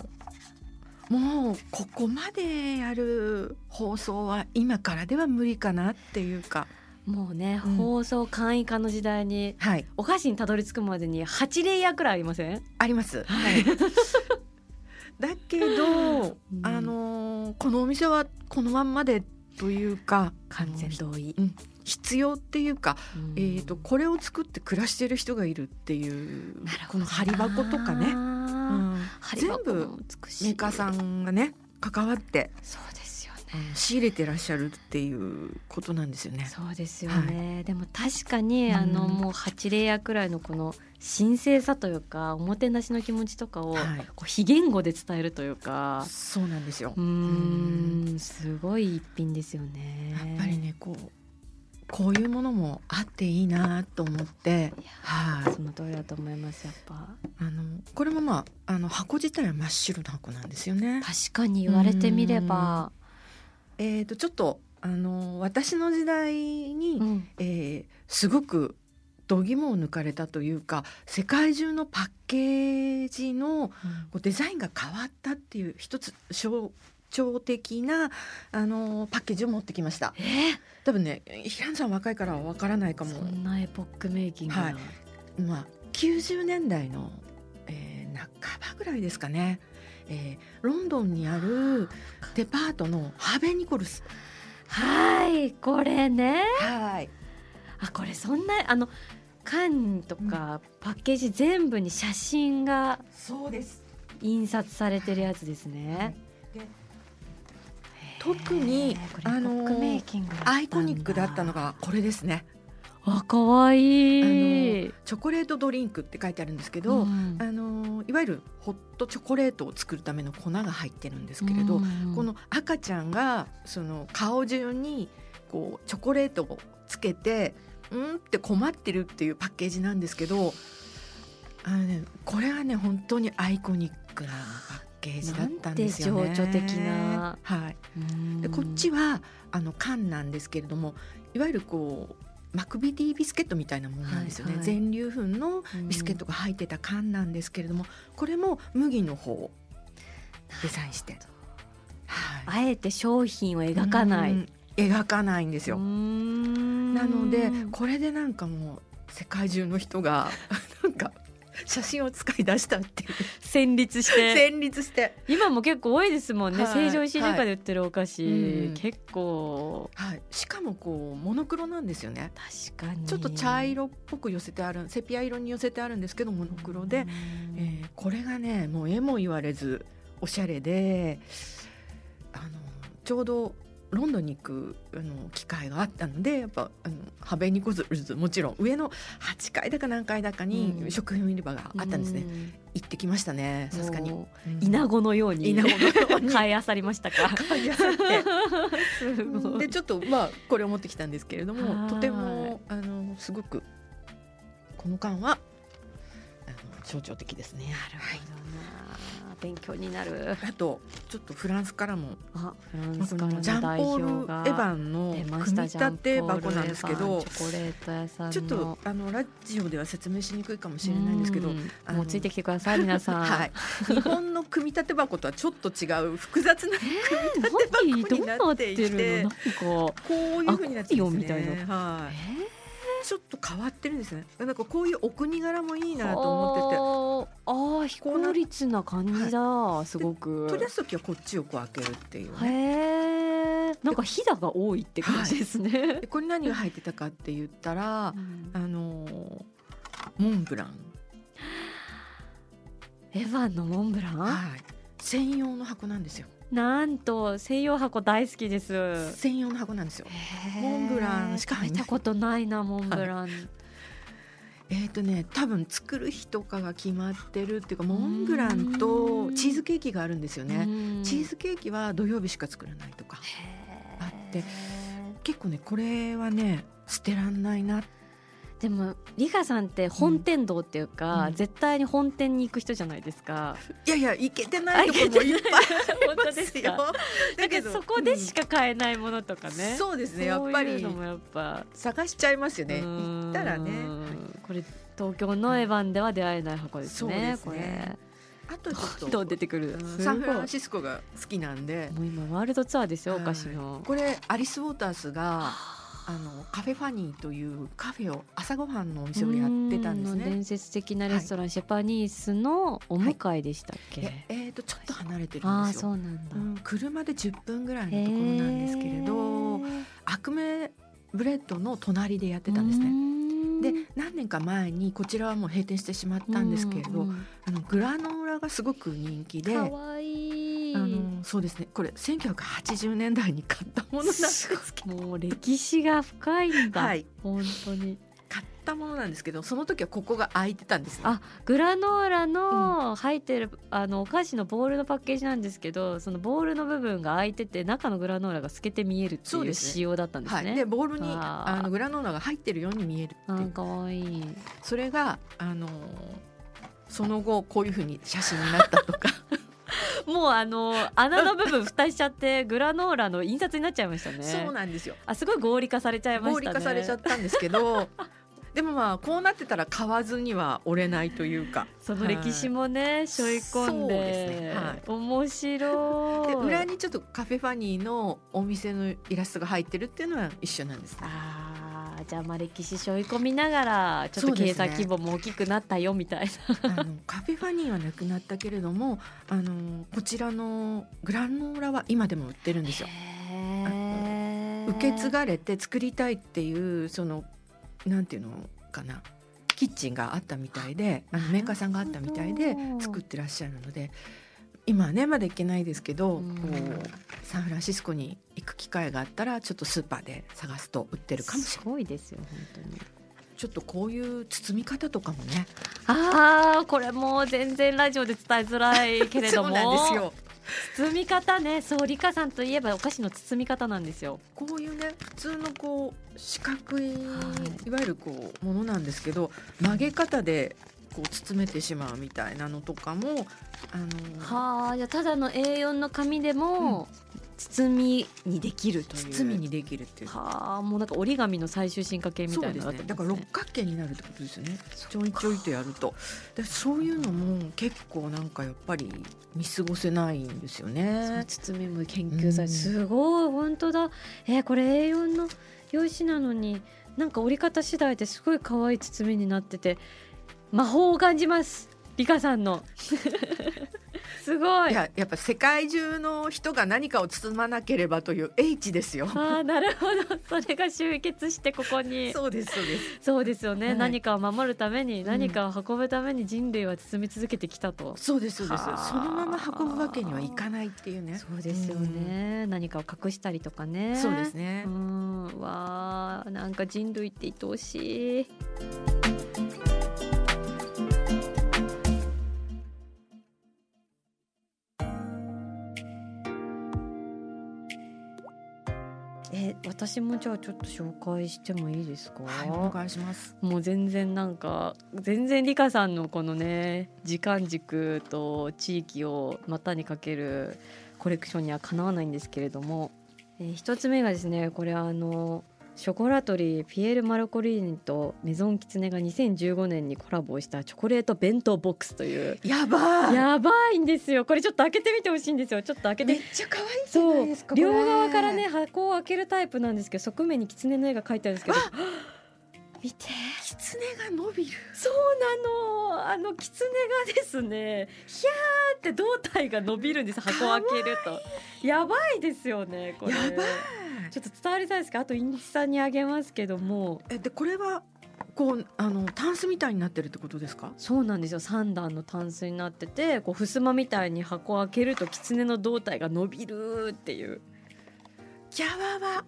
[SPEAKER 3] もうここまでやる放送は今からでは無理かなっていうか、
[SPEAKER 2] もうね、
[SPEAKER 3] うん
[SPEAKER 2] 放送簡易化の時代に。
[SPEAKER 3] はい、
[SPEAKER 2] お菓子にたどり着くまでに8レイヤーくらいありません
[SPEAKER 3] あります。はい。だけど、
[SPEAKER 2] うん
[SPEAKER 3] あのーこのお店はこのまんまでというか
[SPEAKER 2] 完全同意、
[SPEAKER 3] 必要っていうか、えー、とこれを作って暮らしてる人がいるっていう
[SPEAKER 2] なるほど
[SPEAKER 3] この張り箱とかね、うん
[SPEAKER 2] 張り箱
[SPEAKER 3] 全部
[SPEAKER 2] も美しい
[SPEAKER 3] メーカーさんがね関わって
[SPEAKER 2] そうですよね
[SPEAKER 3] 仕入れてらっしゃるっていうことなんですよね。
[SPEAKER 2] そうですよね、でも確かにあの、もう8レイヤーくらいのこの神聖さというかおもてなしの気持ちとかを、
[SPEAKER 3] はい
[SPEAKER 2] こう非言語で伝えるというか
[SPEAKER 3] そうなんですよ。
[SPEAKER 2] うーんすごい一品ですよね。
[SPEAKER 3] やっぱりねこうこういうものもあっていいなと思って
[SPEAKER 2] いや、
[SPEAKER 3] はい、
[SPEAKER 2] その通りだと思いますやっぱ
[SPEAKER 3] あのこれもまああの箱自体は真っ白な箱なんですよね。
[SPEAKER 2] 確かに言われてみれば、
[SPEAKER 3] えー、とちょっとあの私の時代に、
[SPEAKER 2] うん
[SPEAKER 3] えーすごく度肝を抜かれたというか世界中のパッケージのこうデザインが変わったっていう一つ象徴的なあのパッケージを持ってきました
[SPEAKER 2] えー
[SPEAKER 3] 多分ね平野さん若いからはわからないかも
[SPEAKER 2] そんなエポックメイキングな、
[SPEAKER 3] はいまあ、90年代の、えー半ばぐらいですかね、えーロンドンにあるデパートのハーベイ・ニコルス。
[SPEAKER 2] はいこれね
[SPEAKER 3] はい
[SPEAKER 2] あこれそんなあの缶とかパッケージ全部に写真が
[SPEAKER 1] そうです。
[SPEAKER 2] 印刷されてるやつですね。
[SPEAKER 1] で
[SPEAKER 3] 特に
[SPEAKER 2] へーこれ
[SPEAKER 3] あの
[SPEAKER 2] エポ
[SPEAKER 3] ー
[SPEAKER 2] ックメイキングだったんだ
[SPEAKER 3] アイコニックだったのがこれですね
[SPEAKER 2] あ可愛いい、
[SPEAKER 3] チョコレートドリンクって書いてあるんですけ
[SPEAKER 2] う
[SPEAKER 3] ど、
[SPEAKER 2] ん
[SPEAKER 3] あのいわゆるホットチョコレートを作るための粉が入ってるんですけれど、
[SPEAKER 2] うん
[SPEAKER 3] この赤ちゃんがその顔中にこうチョコレートをつけてうんって困ってるっていうパッケージなんですけどあの、ね、これはね本当にアイコニックなパッケージだったんですよね。
[SPEAKER 2] なんて情緒的な
[SPEAKER 3] はい
[SPEAKER 2] うん
[SPEAKER 3] でこっちはあの缶なんですけれどもいわゆるこうマクビディビスケットみたいなものなんですよね、
[SPEAKER 2] はいはい
[SPEAKER 3] 全粒粉のビスケットが入ってた缶なんですけれども、これも麦の方をデザインして、はい
[SPEAKER 2] あえて商品を描かないうで
[SPEAKER 3] ん描かないんですよ、な
[SPEAKER 2] な
[SPEAKER 3] のでこれでなんかもう世界中の人が なんか写真を使い出したっていう
[SPEAKER 2] 戦慄して
[SPEAKER 3] 戦慄して、
[SPEAKER 2] 今も結構多いですもんね、
[SPEAKER 3] はい
[SPEAKER 2] 成城石井中で売ってるお菓子、
[SPEAKER 3] うん
[SPEAKER 2] 結構
[SPEAKER 3] はい、しかもこうモノクロなんですよね
[SPEAKER 2] 確かに
[SPEAKER 3] ちょっと茶色っぽく寄せてあるセピア色に寄せてあるんですけどモノクロで、
[SPEAKER 2] うん
[SPEAKER 3] えーこれがねもう絵も言われずおしゃれであのちょうどロンドンに行くあの機会があったのでやっぱあのハベニコズルズもちろん上の8階だか何階だか
[SPEAKER 2] うん
[SPEAKER 3] に食品売り場があったんですね、
[SPEAKER 2] うん
[SPEAKER 3] 行ってきましたねさすがに
[SPEAKER 2] もう稲子のように
[SPEAKER 3] 稲子の ように
[SPEAKER 2] 買いあさりましたか
[SPEAKER 3] 買いあさって
[SPEAKER 2] すご
[SPEAKER 3] で
[SPEAKER 2] い
[SPEAKER 3] ちょっとまあこれを持ってきたんですけれど
[SPEAKER 2] は
[SPEAKER 3] も
[SPEAKER 2] い
[SPEAKER 3] とてもあのすごくこの間はあの象徴的ですね。はい
[SPEAKER 2] 勉強になる
[SPEAKER 3] あとちょっとフランスからも
[SPEAKER 2] あフラ
[SPEAKER 3] ジ
[SPEAKER 2] ンスからの
[SPEAKER 3] ャン
[SPEAKER 2] 代
[SPEAKER 3] ポール・エ
[SPEAKER 2] 表
[SPEAKER 3] ヴ
[SPEAKER 2] が
[SPEAKER 3] ァンの
[SPEAKER 2] 出ま
[SPEAKER 3] 組
[SPEAKER 2] し
[SPEAKER 3] み
[SPEAKER 2] た
[SPEAKER 3] 立て箱なんです
[SPEAKER 2] ジ
[SPEAKER 3] け
[SPEAKER 2] ャンポールエヴァン
[SPEAKER 3] ど
[SPEAKER 2] チョコレート屋さんの
[SPEAKER 3] ちょっとあのラジオでは説明しにくいかもしれないんですけど
[SPEAKER 2] う。ん
[SPEAKER 3] あの
[SPEAKER 2] もうついてきてください皆さん、
[SPEAKER 3] はい、日本の組み立て箱とはちょっと違う複雑な組み立て箱に
[SPEAKER 2] 何どう
[SPEAKER 3] な
[SPEAKER 2] なっ
[SPEAKER 3] って
[SPEAKER 2] て
[SPEAKER 3] いて
[SPEAKER 2] るのなんか
[SPEAKER 3] こういう風になって
[SPEAKER 2] あこうよ
[SPEAKER 3] るんです
[SPEAKER 2] みた
[SPEAKER 3] ね。はい
[SPEAKER 2] え
[SPEAKER 3] ちょっと変わってるんですね。なんかこういうお国柄もいい
[SPEAKER 2] ー
[SPEAKER 3] なと思っ
[SPEAKER 2] あーあー非効率な感じだ、すごく
[SPEAKER 3] てて、取り出す時はこっちをこう開けるっていうね。
[SPEAKER 2] へえなんかひだが多いって感じですね、
[SPEAKER 3] でこれ何が入ってたかって言ったら、
[SPEAKER 2] うん
[SPEAKER 3] あのーモンブラン、
[SPEAKER 2] エヴァンのモンブラン、
[SPEAKER 3] はい、専用の箱なんですよ。
[SPEAKER 2] なんと専用箱大好きです
[SPEAKER 3] 専用の箱なんですよ。
[SPEAKER 2] へー
[SPEAKER 3] モンブランしか入ん
[SPEAKER 2] 食
[SPEAKER 3] ない
[SPEAKER 2] べたことないなモンブラン、
[SPEAKER 3] えっ、とね、多分作る日とかが決まってるっていうか、モンブランとチーズケーキがあるんですよね。
[SPEAKER 2] うん
[SPEAKER 3] チーズケーキは土曜日しか作らないとか、
[SPEAKER 2] へー
[SPEAKER 3] あって結構ね、これはね、捨てらんないな。
[SPEAKER 2] でもリカさんって本天堂っていうか、
[SPEAKER 3] うん
[SPEAKER 2] 絶対に本店に行く人じゃないですか、
[SPEAKER 3] いやいや、いけてないとこもいっぱい
[SPEAKER 2] 本当ですか だけどそこでしか買えないものとかね、
[SPEAKER 3] そうですね
[SPEAKER 2] そ
[SPEAKER 3] や
[SPEAKER 2] う
[SPEAKER 3] っ
[SPEAKER 2] いう
[SPEAKER 3] ぱり
[SPEAKER 2] のもやっぱ
[SPEAKER 3] 探しちゃいますよね
[SPEAKER 2] うーん
[SPEAKER 3] 行ったらね
[SPEAKER 2] これ東京のエヴァンでは出会えない箱です
[SPEAKER 3] そう
[SPEAKER 2] ね
[SPEAKER 3] ですねあとちょ
[SPEAKER 2] これ
[SPEAKER 3] っ
[SPEAKER 2] どう
[SPEAKER 3] と
[SPEAKER 2] 出てくる
[SPEAKER 3] うん
[SPEAKER 2] すごい
[SPEAKER 3] サンフランシスコが好きなんで
[SPEAKER 2] もう今ワールドツアーですよお
[SPEAKER 3] はい
[SPEAKER 2] 菓子の
[SPEAKER 3] これアリス・ウォータースがあのカフェファニーというカフェを朝ごはんのお店をやってたんです
[SPEAKER 2] うー
[SPEAKER 3] ね
[SPEAKER 2] 伝説的なレストラン、シェパニースのお向かいでしたっけ、
[SPEAKER 3] ええーとちょっと離れてる
[SPEAKER 2] あ
[SPEAKER 3] ん
[SPEAKER 2] あ
[SPEAKER 3] です
[SPEAKER 2] そ
[SPEAKER 3] よ
[SPEAKER 2] うなんだ、
[SPEAKER 3] うん車で10分ぐらいのところなんですけれどアクメブレッドの隣でやってたんですねで
[SPEAKER 2] ね
[SPEAKER 3] 何年か前にこちらはもう閉店してしまったんですけれどあのグラノーラがすごく人気で
[SPEAKER 2] かわいいい
[SPEAKER 3] あのそうですねこれ1980年代に買ったものなんですけ ど
[SPEAKER 2] もう歴史が深いんだ、
[SPEAKER 3] はい
[SPEAKER 2] 本当に
[SPEAKER 3] 買ったものなんですけどその時はここが空いてたんですね
[SPEAKER 2] あグラノーラの入ってる、あのお菓子のボールのパッケージなんですけどそのボールの部分が開いてて中のグラノーラが透けて見えるって
[SPEAKER 3] そう
[SPEAKER 2] いう
[SPEAKER 3] ですね
[SPEAKER 2] 仕様だったんです
[SPEAKER 3] はい、
[SPEAKER 2] ね。
[SPEAKER 3] でボールに
[SPEAKER 2] あ
[SPEAKER 3] あ
[SPEAKER 2] ー
[SPEAKER 3] のグラノーラが入ってるように見えるって
[SPEAKER 2] あ
[SPEAKER 3] い
[SPEAKER 2] ー
[SPEAKER 3] う
[SPEAKER 2] かわいい
[SPEAKER 3] それがあのーその後こういうふうに写真になったとか
[SPEAKER 2] もうあの穴の部分蓋しちゃってグラノーラの印刷になっちゃいま したね
[SPEAKER 3] そうなんですよ
[SPEAKER 2] あすごい合理化されちゃいま
[SPEAKER 3] 合
[SPEAKER 2] し
[SPEAKER 3] 理
[SPEAKER 2] たね
[SPEAKER 3] 化されちゃったんですけどでもまあこうなってたら買わずには折れないというか
[SPEAKER 2] その歴史もね、背負い込んで
[SPEAKER 3] そうですねはい
[SPEAKER 2] 面白い
[SPEAKER 3] で裏にちょっとカフェファニーのお店のイラストが入ってるっていうのは一緒なんですね。
[SPEAKER 2] あーじゃあまあ歴史背負い込みながらちょっ
[SPEAKER 3] そ
[SPEAKER 2] と
[SPEAKER 3] うです
[SPEAKER 2] 経
[SPEAKER 3] ね
[SPEAKER 2] 済規模も大きくなったよみたいな、
[SPEAKER 3] あのカフェファニーはなくなったけれどもあのこちらのグラノーラは今でも売ってるんですよ。
[SPEAKER 2] へー
[SPEAKER 3] 受け継がれて作りたいっていうそのなんていうのかなキッチンがあったみたいであのメーカーさんがあったみたい
[SPEAKER 2] な
[SPEAKER 3] で
[SPEAKER 2] るほど
[SPEAKER 3] 作ってらっしゃるので今はねまだ行けないですけど
[SPEAKER 2] う
[SPEAKER 3] こ
[SPEAKER 2] ん
[SPEAKER 3] うサンフランシスコに行く機会があったらちょっとスーパーで探すと売ってるかもし
[SPEAKER 2] す
[SPEAKER 3] れない
[SPEAKER 2] ごいですよ本当に
[SPEAKER 3] ちょっとこういう包み方とかもね
[SPEAKER 2] あーこれもう全然ラジオで伝えづらいけれども
[SPEAKER 3] そうなんですよ
[SPEAKER 2] 包み方ねそうリカさんといえばお菓子の包み方なんですよ
[SPEAKER 3] こういうね普通のこう四角
[SPEAKER 2] い
[SPEAKER 3] いいわゆるこうものなんですけど曲げ方でこう包めてしまうみたいなのとかもあの
[SPEAKER 2] はあじゃあただの A4 の紙でも包みにできるという
[SPEAKER 3] 包みにできるっていう。
[SPEAKER 2] はあもうなんか折り紙の最終進化系み
[SPEAKER 3] そ
[SPEAKER 2] た
[SPEAKER 3] う
[SPEAKER 2] い
[SPEAKER 3] で
[SPEAKER 2] な
[SPEAKER 3] す
[SPEAKER 2] の
[SPEAKER 3] ね
[SPEAKER 2] だ。った
[SPEAKER 3] だ
[SPEAKER 2] ん
[SPEAKER 3] から
[SPEAKER 2] です
[SPEAKER 3] 六
[SPEAKER 2] ね
[SPEAKER 3] 角形になるってことですよね。ちょいちょいとやると。でそういうのも結構なんかやっぱり見過ごせないんですよ
[SPEAKER 2] そう
[SPEAKER 3] ね。
[SPEAKER 2] 包みも研究され
[SPEAKER 3] うん
[SPEAKER 2] すごい本当だえーこれ A4 の用紙なのになんか折り方次第ですごい可愛い包みになってて魔法を感じますリカさん のすご
[SPEAKER 3] い
[SPEAKER 2] いあ
[SPEAKER 3] ややっぱ世界中の人が何かを包まなければという H ですよ。
[SPEAKER 2] ーなるほどそれが集結してここに
[SPEAKER 3] そうですそうです。
[SPEAKER 2] そうですよね、
[SPEAKER 3] はい
[SPEAKER 2] 何かを守るために
[SPEAKER 3] ん
[SPEAKER 2] 何かを運ぶために人類は包み続けてきたと、
[SPEAKER 3] そうですそうです
[SPEAKER 2] はあ。
[SPEAKER 3] そのまま運ぶわけにはいかないっていうね。
[SPEAKER 2] そうですよね、何かを隠したりとかね
[SPEAKER 3] そうですね
[SPEAKER 2] う。んわあなんか人類って愛おしいえ私もじゃあちょっと紹介してもいいですか、
[SPEAKER 3] はいお願いします。
[SPEAKER 2] もう全然なんか全然リカさんのこのね時間軸と地域を股にかけるコレクションにはかなわないんですけれども、えー一つ目がですねこれあのショコラトリーピエール・マルコリーニとメゾン・キツネが2015年にコラボをしたチョコレート弁当ボックスという
[SPEAKER 3] やば い。
[SPEAKER 2] やばいんですよこれちょっと開けてみてほしいんですよちょっと開けて
[SPEAKER 3] めっちゃ可愛いじゃな
[SPEAKER 2] そ
[SPEAKER 3] いうですか。
[SPEAKER 2] 両
[SPEAKER 3] これ
[SPEAKER 2] 側からね。箱を開けるタイプなんですけど側面に狐の絵が描いてあるんですけど見て
[SPEAKER 3] 狐が伸びる。
[SPEAKER 2] そうなのあの狐がですねひゃーって胴体が伸びるんです箱を開けるとやばいですよねこれ
[SPEAKER 3] やばい。
[SPEAKER 2] ちょっと伝わりたいですけどあとインスタにあげますけども
[SPEAKER 3] えでこれはこうあのタンスみたいになってるってことですか？
[SPEAKER 2] そうなんですよ3段のタンスになっててこう襖みたいに箱を開けると狐の胴体が伸びるっていう
[SPEAKER 3] キャワワ。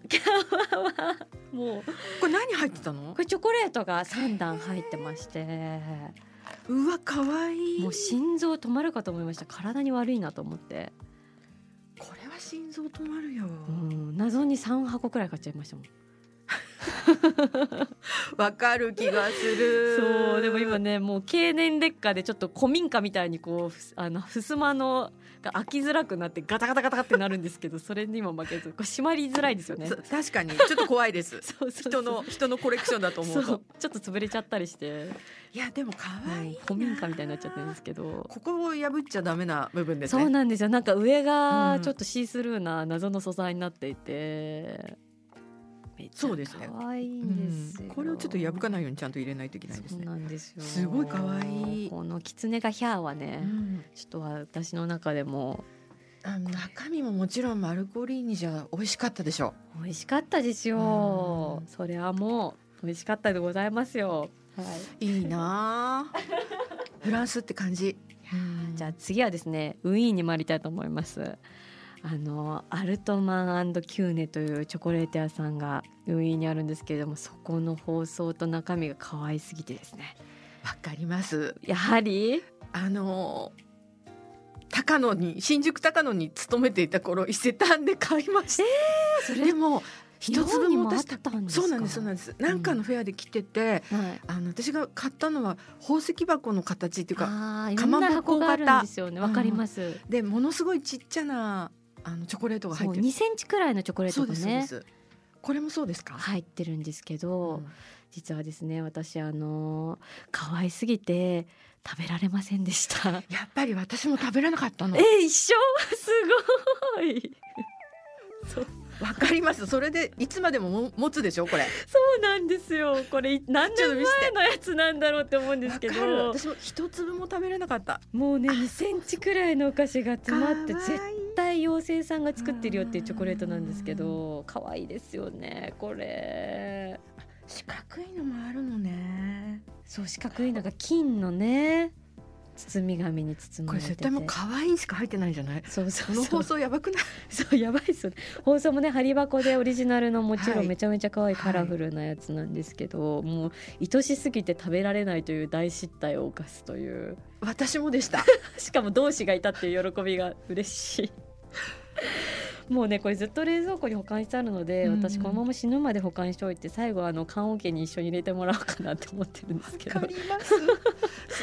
[SPEAKER 2] もう
[SPEAKER 3] これ何入ってたの
[SPEAKER 2] こ？れチョコレートが3段入ってまして
[SPEAKER 3] うわ可愛い
[SPEAKER 2] もう心臓止まるかと思いました体に悪いなと思って
[SPEAKER 3] これは心臓止まるよ。
[SPEAKER 2] うん謎に3箱くらい買っちゃいましたもん
[SPEAKER 3] わかる気がする。
[SPEAKER 2] そうでも今。ねもう経年劣化でちょっと古民家みたいにこうふすあの襖のが開きづらくなってガタガタガタガタってなるんですけどそれにも負けずこう閉まりづらいですよね。。
[SPEAKER 3] そ確かにちょっと怖いです
[SPEAKER 2] そうそうそ
[SPEAKER 3] 人
[SPEAKER 2] う
[SPEAKER 3] の人のコレクションだと思
[SPEAKER 2] そ
[SPEAKER 3] うと
[SPEAKER 2] う。ちょっと潰れちゃったりしても
[SPEAKER 3] いやでも可
[SPEAKER 2] う
[SPEAKER 3] 愛いな。
[SPEAKER 2] 古民家みたいになっちゃってるんですけど。
[SPEAKER 3] ここを破っちゃダメな部分ですね。
[SPEAKER 2] そうなんですよなんか上が
[SPEAKER 3] うん
[SPEAKER 2] ちょっとシースルーな謎の素材になっていて、めっちゃ
[SPEAKER 3] そうですね
[SPEAKER 2] 可愛い
[SPEAKER 3] うんん
[SPEAKER 2] ですよ、
[SPEAKER 3] これをちょっと破かないようにちゃんと入れないといけないです
[SPEAKER 2] そう
[SPEAKER 3] ね。
[SPEAKER 2] なんですよ
[SPEAKER 3] すごい可愛い
[SPEAKER 2] この狐がヒャーはね、
[SPEAKER 3] うん
[SPEAKER 2] ちょっと私の中でも
[SPEAKER 3] あの中身ももちろんマルコリーニじゃ美味しかったでしょ
[SPEAKER 2] 美味しかったですよ
[SPEAKER 3] うん。
[SPEAKER 2] それはもう美味しかったでございますよ。はい。
[SPEAKER 3] いいなあフランスって感じ
[SPEAKER 2] じゃあ次はですねウィーンに参りたいと思いますあのアルトマンキューネというチョコレート屋さんがウィーンにあるんですけれどもそこの包装と中身が可愛すぎてですね
[SPEAKER 3] わかります
[SPEAKER 2] やはり
[SPEAKER 3] あの高野に新宿高野に勤めていた頃伊勢丹で買いました、
[SPEAKER 2] そ
[SPEAKER 3] でも一粒も出し
[SPEAKER 2] 日本にもあ
[SPEAKER 3] た
[SPEAKER 2] ったんですか
[SPEAKER 3] そうなんですそうなんです、なんかのフェアで来てて
[SPEAKER 2] はい
[SPEAKER 3] あの私が買ったのは宝石箱の形っていうか
[SPEAKER 2] あーいろん
[SPEAKER 3] かまぼこ
[SPEAKER 2] な箱があるんですよね
[SPEAKER 3] 型
[SPEAKER 2] わかります
[SPEAKER 3] でものすごいちっちゃなあのチョコレートが
[SPEAKER 2] そ
[SPEAKER 3] 入
[SPEAKER 2] う
[SPEAKER 3] ってる
[SPEAKER 2] 2センチくらいのチョコレート
[SPEAKER 3] そう
[SPEAKER 2] が
[SPEAKER 3] ですそうで
[SPEAKER 2] ね
[SPEAKER 3] すこれもそうですか、
[SPEAKER 2] 入ってるんですけ
[SPEAKER 3] う
[SPEAKER 2] ど、
[SPEAKER 3] ん
[SPEAKER 2] 実はですね私あの可愛すぎて食べられませんで した。
[SPEAKER 3] やっぱり私も食べらなかったの
[SPEAKER 2] え一生 すごい
[SPEAKER 3] わかりますそれでいつまでもも持つでしょこれ
[SPEAKER 2] そうなんですよこれい何
[SPEAKER 3] ちょっと
[SPEAKER 2] 年
[SPEAKER 3] 見
[SPEAKER 2] 前
[SPEAKER 3] せ
[SPEAKER 2] のやつなんだろうって思うんですけ
[SPEAKER 3] わかる
[SPEAKER 2] ど
[SPEAKER 3] 私も一粒も食べれなかった
[SPEAKER 2] もうね2センチくらいのお菓子が詰まって
[SPEAKER 3] かわ
[SPEAKER 2] 絶
[SPEAKER 3] いい
[SPEAKER 2] 対妖精さんが作ってるよっていうチョコレートなんですけど可愛いですよねこれ
[SPEAKER 3] 四角いのもあるのね
[SPEAKER 2] そう四角いのが金のね包み紙に包ま
[SPEAKER 3] こ
[SPEAKER 2] れ
[SPEAKER 3] れ
[SPEAKER 2] てて
[SPEAKER 3] 絶対もう可愛いしか入ってないじゃない
[SPEAKER 2] そうそ
[SPEAKER 3] こ
[SPEAKER 2] う
[SPEAKER 3] の
[SPEAKER 2] そう
[SPEAKER 3] 放送やばくない
[SPEAKER 2] そうやばいっすよね放送もねハリ箱でオリジナルのもちろ
[SPEAKER 3] は
[SPEAKER 2] ん
[SPEAKER 3] い
[SPEAKER 2] めちゃめちゃ可愛い
[SPEAKER 3] は
[SPEAKER 2] カ
[SPEAKER 3] い
[SPEAKER 2] ラフルなやつなんですけど、もう愛しすぎて食べられないという大失態を犯すという
[SPEAKER 3] 私もでした
[SPEAKER 2] しかも同志がいたっていう喜びが嬉しい もうねこれずっと冷蔵庫に保管してあるので、
[SPEAKER 3] うんうん
[SPEAKER 2] 私このまま死ぬまで保管しておいて最後あの棺桶に一緒に入れてもらおうかなって思ってるんですけど
[SPEAKER 3] わかり ます素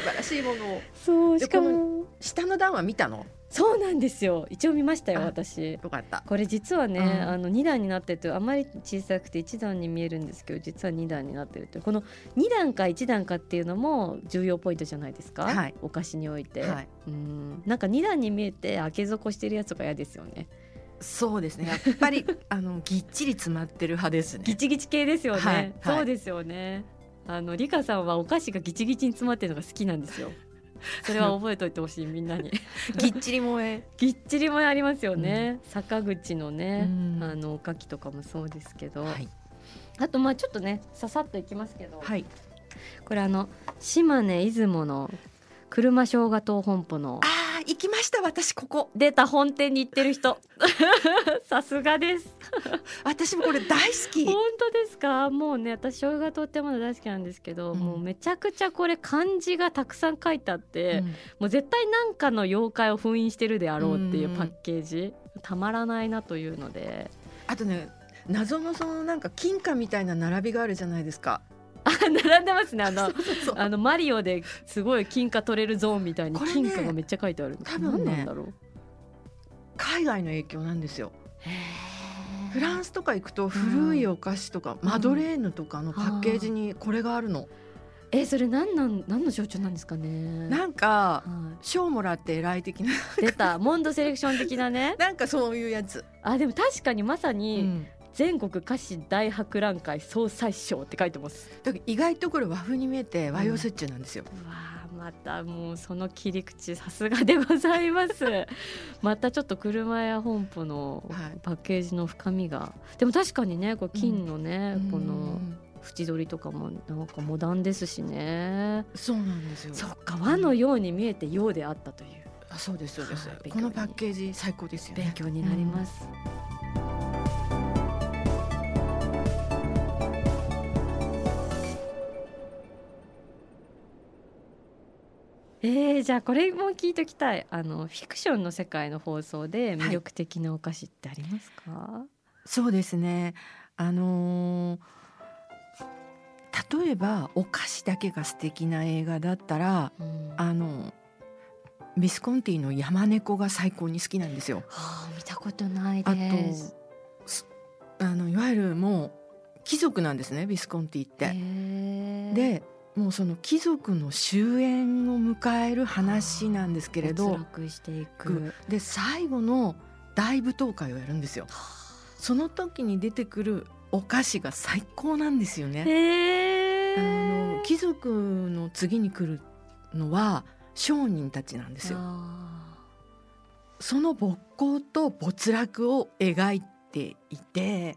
[SPEAKER 3] 晴らしいものを
[SPEAKER 2] そう
[SPEAKER 3] で
[SPEAKER 2] しか
[SPEAKER 3] こ
[SPEAKER 2] も
[SPEAKER 3] 下の段は見たの
[SPEAKER 2] そうなんですよ一応見ましたよ
[SPEAKER 3] あ
[SPEAKER 2] 私
[SPEAKER 3] よかった
[SPEAKER 2] これ実はね、
[SPEAKER 3] うん
[SPEAKER 2] あの2段になってるとあまり小さくて1段に見えるんですけど実は2段になってるというこの2段か1段かっていうのも重要ポイントじゃないですか、
[SPEAKER 3] はい
[SPEAKER 2] お菓子において、
[SPEAKER 3] はい
[SPEAKER 2] うんなんか2段に見えて開け底してるやつとか嫌ですよね
[SPEAKER 3] そうですねやっぱり あのぎっちり詰まってる派です
[SPEAKER 2] ギ
[SPEAKER 3] ね
[SPEAKER 2] チギチ系ですよね、
[SPEAKER 3] はいはい
[SPEAKER 2] そうですよねあのリカさんはお菓子がギチギチに詰まってるのが好きなんです よそれは覚えておいてほしいみんなに
[SPEAKER 3] ぎっちり萌え
[SPEAKER 2] ぎっちりもありますよね、坂口のね、
[SPEAKER 3] うん
[SPEAKER 2] あのおかきとかもそうですけど、
[SPEAKER 3] はい
[SPEAKER 2] あとまあちょっとねささっといきますけど、
[SPEAKER 3] はい
[SPEAKER 2] これあの島根出雲の車生姜党本舗の
[SPEAKER 3] あー行きました私ここ
[SPEAKER 2] 出た本店に行ってる人 さすがです
[SPEAKER 3] 私もこれ大好き
[SPEAKER 2] 本当ですかもうね私生姜党ってもの大好きなんですけど、
[SPEAKER 3] うん
[SPEAKER 2] もうめちゃくちゃこれ漢字がたくさん書いてあって、もう絶対なんかの妖怪を封印してるであろうっていうパッケージ、たまらないなというので
[SPEAKER 3] あとね謎のそのなんか金貨みたいな並びがあるじゃないですか
[SPEAKER 2] あ 並んでますねあの
[SPEAKER 3] そう
[SPEAKER 2] あのマリオですごい金貨取れるゾーンみたいに
[SPEAKER 3] これね
[SPEAKER 2] 金貨がめっちゃ書いてある、
[SPEAKER 3] 多分ね
[SPEAKER 2] 何なんだろう
[SPEAKER 3] 海外の影響なんですよフランスとか行くと古いお菓子とか、マドレーヌとかのパッケージにこれがあるの、
[SPEAKER 2] えそれ何なん何の象徴なんですかね
[SPEAKER 3] なんか
[SPEAKER 2] は、
[SPEAKER 3] 賞もらって偉い的ない
[SPEAKER 2] 出たモンドセレクション的な ね
[SPEAKER 3] なんかそういうやつ、
[SPEAKER 2] あでも確かにまさ
[SPEAKER 3] う
[SPEAKER 2] に
[SPEAKER 3] ん、
[SPEAKER 2] 全国菓子大博覧会総裁賞って書いてます、
[SPEAKER 3] だから意外とこれ和風に見えて和洋折衷なんですよ、
[SPEAKER 2] うわあまたもうその切り口さすがでございます またちょっと車屋本舗の
[SPEAKER 3] はい
[SPEAKER 2] パッケージの深みが、でも確かにねこう金のね、こ
[SPEAKER 3] う
[SPEAKER 2] の
[SPEAKER 3] ん
[SPEAKER 2] 縁取りとかもなんかモダンですしね、
[SPEAKER 3] そうなんですよ
[SPEAKER 2] そっか和のように見えてようであったという
[SPEAKER 3] あそうですそうです、
[SPEAKER 2] はい勉強
[SPEAKER 3] こ
[SPEAKER 2] に
[SPEAKER 3] のパッケージ最高ですよ
[SPEAKER 2] 勉
[SPEAKER 3] ね
[SPEAKER 2] 強になります、えー、じゃあこれも聞いときたいあのフィクションの世界の放送で魅力的なお菓子ってありますか、
[SPEAKER 3] そうですねあのー例えばお菓子だけが素敵な映画だったら
[SPEAKER 2] うんあ
[SPEAKER 3] あのヴィスコンティの山猫が最高に好きなんですよ。
[SPEAKER 2] あ見たことない
[SPEAKER 3] あと
[SPEAKER 2] です
[SPEAKER 3] すあのいわゆるもう貴族なんですねヴィスコンティっ
[SPEAKER 2] へ
[SPEAKER 3] て。
[SPEAKER 2] ー
[SPEAKER 3] でもうその貴族の終焉を迎える話なんですけれど
[SPEAKER 2] 没落していく
[SPEAKER 3] ぐで最後の大舞踏会をやるんですよ。その時に出てくるお菓子が最高なんですよね。
[SPEAKER 2] へ
[SPEAKER 3] あ
[SPEAKER 2] ー
[SPEAKER 3] の貴族の次に来るのは商人たちなんですよ。
[SPEAKER 2] あ
[SPEAKER 3] その勃興と没落を描いていて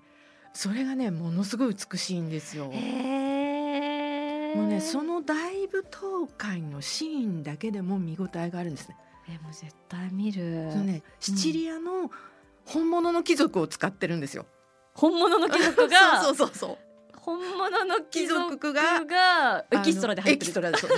[SPEAKER 3] それがねものすごい美しいんですよ。
[SPEAKER 2] ーへー
[SPEAKER 3] もうねその大舞踏会のシーンだけでも見応えがあるんですね。
[SPEAKER 2] えもう絶対見る
[SPEAKER 3] そのねシチリアの本物の貴族を使ってるんですよ。
[SPEAKER 2] 本物の貴族が
[SPEAKER 3] そうそうそうそう。
[SPEAKER 2] 本物の貴
[SPEAKER 3] 貴
[SPEAKER 2] 族
[SPEAKER 3] 族
[SPEAKER 2] が
[SPEAKER 3] が
[SPEAKER 2] エキストラで入ってる
[SPEAKER 3] あのエキス トラでそう
[SPEAKER 2] す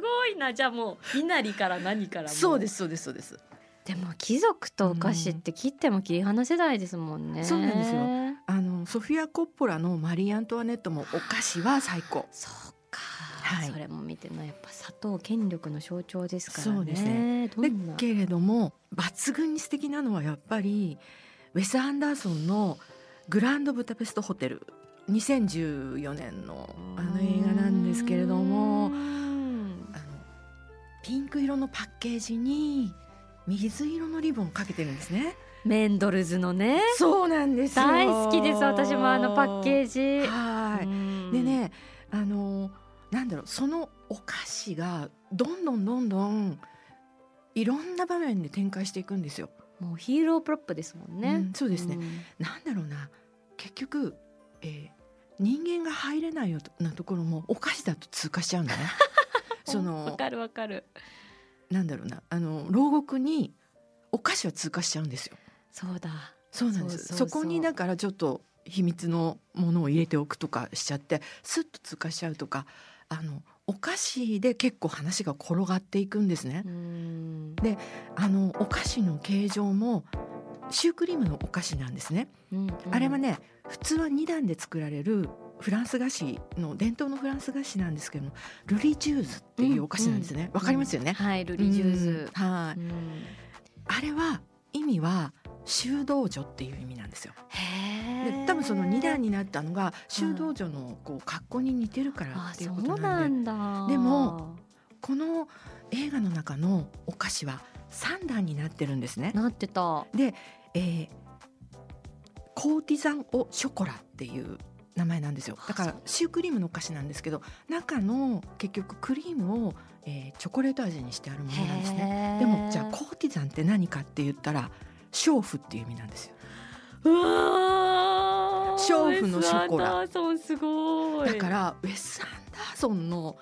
[SPEAKER 2] ごいなじゃあもう稲荷から何からも
[SPEAKER 3] そうですそうですそうです。
[SPEAKER 2] でも貴族とお菓子って切っても切り離せないですもんね、
[SPEAKER 3] うんそうなんですよあのソフィア・コッポラのマリー・アントワネットもお菓子は最高。
[SPEAKER 2] そうか、
[SPEAKER 3] はい
[SPEAKER 2] それも見てないやっぱ砂糖権力の象徴ですからね
[SPEAKER 3] そうですね
[SPEAKER 2] ど
[SPEAKER 3] だ
[SPEAKER 2] んな
[SPEAKER 3] けれども抜群に素敵なのはやっぱりウェス・アンダーソンのグランドブダペストホテル2014年のあの映画なんですけれども
[SPEAKER 2] うん
[SPEAKER 3] あのピンク色のパッケージに水色のリボンをかけてるんですね。
[SPEAKER 2] メンドルズのね
[SPEAKER 3] そうなんですよ
[SPEAKER 2] 大好きです私もあのパッケージ
[SPEAKER 3] はい。
[SPEAKER 2] い
[SPEAKER 3] でねあのなんだろうそのお菓子がどんどんどんどんいろんな場面で展開していくんですよ。
[SPEAKER 2] もうヒーロープロップですもんね、
[SPEAKER 3] うんそうですね、
[SPEAKER 2] ん
[SPEAKER 3] なんだろうな結局、えー人間が入れないようなところもお菓子だと通過しち ゃうんだね。そ
[SPEAKER 2] わ
[SPEAKER 3] の
[SPEAKER 2] かるわかる
[SPEAKER 3] なんだろうなあの牢獄にお菓子は通過しちゃうんですよ。
[SPEAKER 2] そうだ
[SPEAKER 3] そうなんで
[SPEAKER 2] そ
[SPEAKER 3] す。そう
[SPEAKER 2] そうそう
[SPEAKER 3] こにだからちょっと秘密のものを入れておくとかしちゃって、スッと通過しちゃうとか、あのお菓子で結構話が転がっていくんですね。
[SPEAKER 2] うん
[SPEAKER 3] あのお菓子の形状もシュークリームのお菓子なんですね。
[SPEAKER 2] うん
[SPEAKER 3] あれはね、普通は2段で作られるフランス菓子の伝統のフランス菓子なんですけども、ルリジューズっていうお菓子なんですね。わ、かりますよね。
[SPEAKER 2] はいルリジューズ、
[SPEAKER 3] うんは
[SPEAKER 2] う
[SPEAKER 3] い。
[SPEAKER 2] ん
[SPEAKER 3] あれは意味は修道女っていう意味なんですよ。
[SPEAKER 2] へ
[SPEAKER 3] で
[SPEAKER 2] え
[SPEAKER 3] 多分その2段になったのが修道女のこう格好に似てるから
[SPEAKER 2] あ
[SPEAKER 3] ってい
[SPEAKER 2] そう
[SPEAKER 3] こと
[SPEAKER 2] う
[SPEAKER 3] な
[SPEAKER 2] なん
[SPEAKER 3] で
[SPEAKER 2] んだ
[SPEAKER 3] でもこの映画の中のお菓子は3段になってるんですね。
[SPEAKER 2] なってた
[SPEAKER 3] えーコーティザン・オ・ショコラっていう名前なんですよだか
[SPEAKER 2] あ
[SPEAKER 3] ら
[SPEAKER 2] そう
[SPEAKER 3] シュークリームのお菓子なんですけど中の結局クリームを、えーチョコレート味にしてあるものなんですね。
[SPEAKER 2] ね
[SPEAKER 3] でもじゃあコーティザンって何かって言ったら娼婦っていう意味なんですよ。
[SPEAKER 2] うわー
[SPEAKER 3] 娼婦のショコラ
[SPEAKER 2] ウェスアンダーソンすごい
[SPEAKER 3] だからウェス・アンダーソンの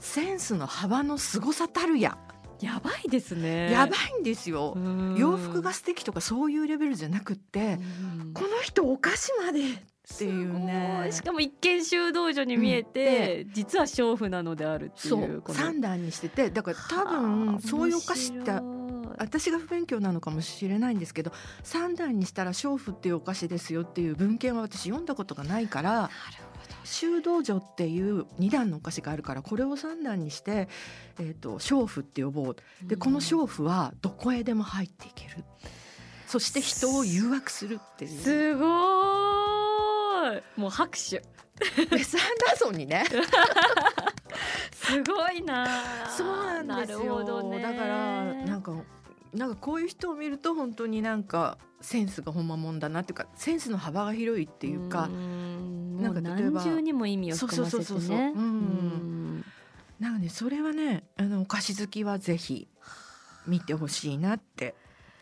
[SPEAKER 3] センスの幅の凄さたるや、
[SPEAKER 2] やばいですね
[SPEAKER 3] やばいんですよ、
[SPEAKER 2] うん
[SPEAKER 3] 洋服が素敵とかそういうレベルじゃなくって、
[SPEAKER 2] うん
[SPEAKER 3] この人お菓子までっていう
[SPEAKER 2] すご
[SPEAKER 3] ね
[SPEAKER 2] いしかも一見修道女に見えて、実は娼婦なのであるってい
[SPEAKER 3] そうう
[SPEAKER 2] この
[SPEAKER 3] 三段にしててだから多分そういうお菓子って
[SPEAKER 2] はあ面白い
[SPEAKER 3] 私が不勉強なのかもしれないんですけど三段にしたら娼婦っていうお菓子ですよっていう文献は私読んだことがないから
[SPEAKER 2] なるほど
[SPEAKER 3] 修道女っていう二段のお菓子があるからこれを三段にして、えー、と娼婦って呼ぼうでこの娼婦はどこへでも入っていけるそして人を誘惑するって いう
[SPEAKER 2] すごーいもう拍手
[SPEAKER 3] ウェス・アンダーソンにね
[SPEAKER 2] すごいなあ
[SPEAKER 3] そうなんですよ
[SPEAKER 2] なるほどね
[SPEAKER 3] だからなん
[SPEAKER 2] か
[SPEAKER 3] かなんかこういう人を見ると本当になんかセンスがほんまもんだなっていうかセンスの幅が広いっていうか
[SPEAKER 2] な
[SPEAKER 3] なん
[SPEAKER 2] か
[SPEAKER 3] んか
[SPEAKER 2] 例
[SPEAKER 3] 例
[SPEAKER 2] え
[SPEAKER 3] え
[SPEAKER 2] ば
[SPEAKER 3] ば
[SPEAKER 2] 何重にも意味を含ませて
[SPEAKER 3] そうそうそうそう
[SPEAKER 2] ね
[SPEAKER 3] うん
[SPEAKER 2] うん
[SPEAKER 3] なんかねそれはねあのお菓子好きはぜひ見てほしいなって。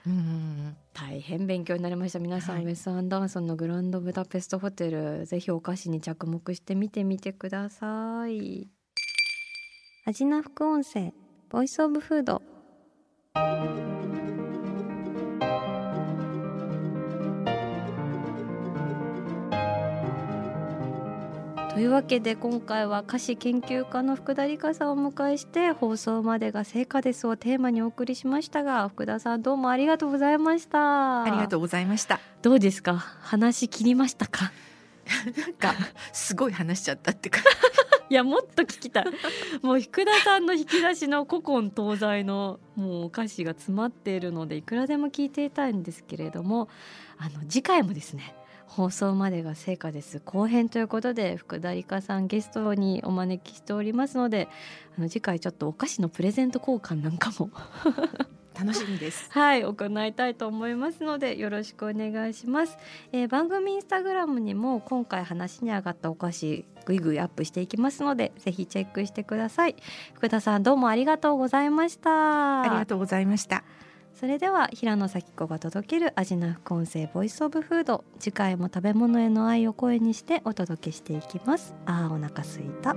[SPEAKER 3] うん
[SPEAKER 2] 大変勉強になりました皆さん、
[SPEAKER 3] はい
[SPEAKER 2] ウェス・アンダーソンのグランドブダペストホテルぜひお菓子に着目して見てみてくださいアジナ副音声ボイスオブフードというわけで今回は菓子研究家の福田理香さんをお迎えして放送までが成果ですをテーマにお送りしましたが福田さんどうもありがとうございました
[SPEAKER 3] ありがと
[SPEAKER 2] う
[SPEAKER 3] うございました。
[SPEAKER 2] どうですか話切りましたか
[SPEAKER 3] なんかすごい話しちゃったってか。
[SPEAKER 2] いやもっと聞きたいもう福田さんの引き出しの古今東西のもうお菓子が詰まっているのでいくらでも聞いていたいんですけれどもあの次回もですね放送までが成果です後編ということで福田理香さんゲストにお招きしておりますのであの次回ちょっとお菓子のプレゼント交換なんかも
[SPEAKER 3] 楽しみです。
[SPEAKER 2] はい行いたいと思いますのでよろしくお願いします、えー番組インスタグラムにも今回話に上がったお菓子ぐいぐいアップしていきますのでぜひチェックしてください福田さんどうもありがとうございました
[SPEAKER 3] ありがとうございました。
[SPEAKER 2] それでは平野咲子が届けるアジナ副音声ボイスオブフード次回も食べ物への愛を声にしてお届けしていきますあーお腹すいた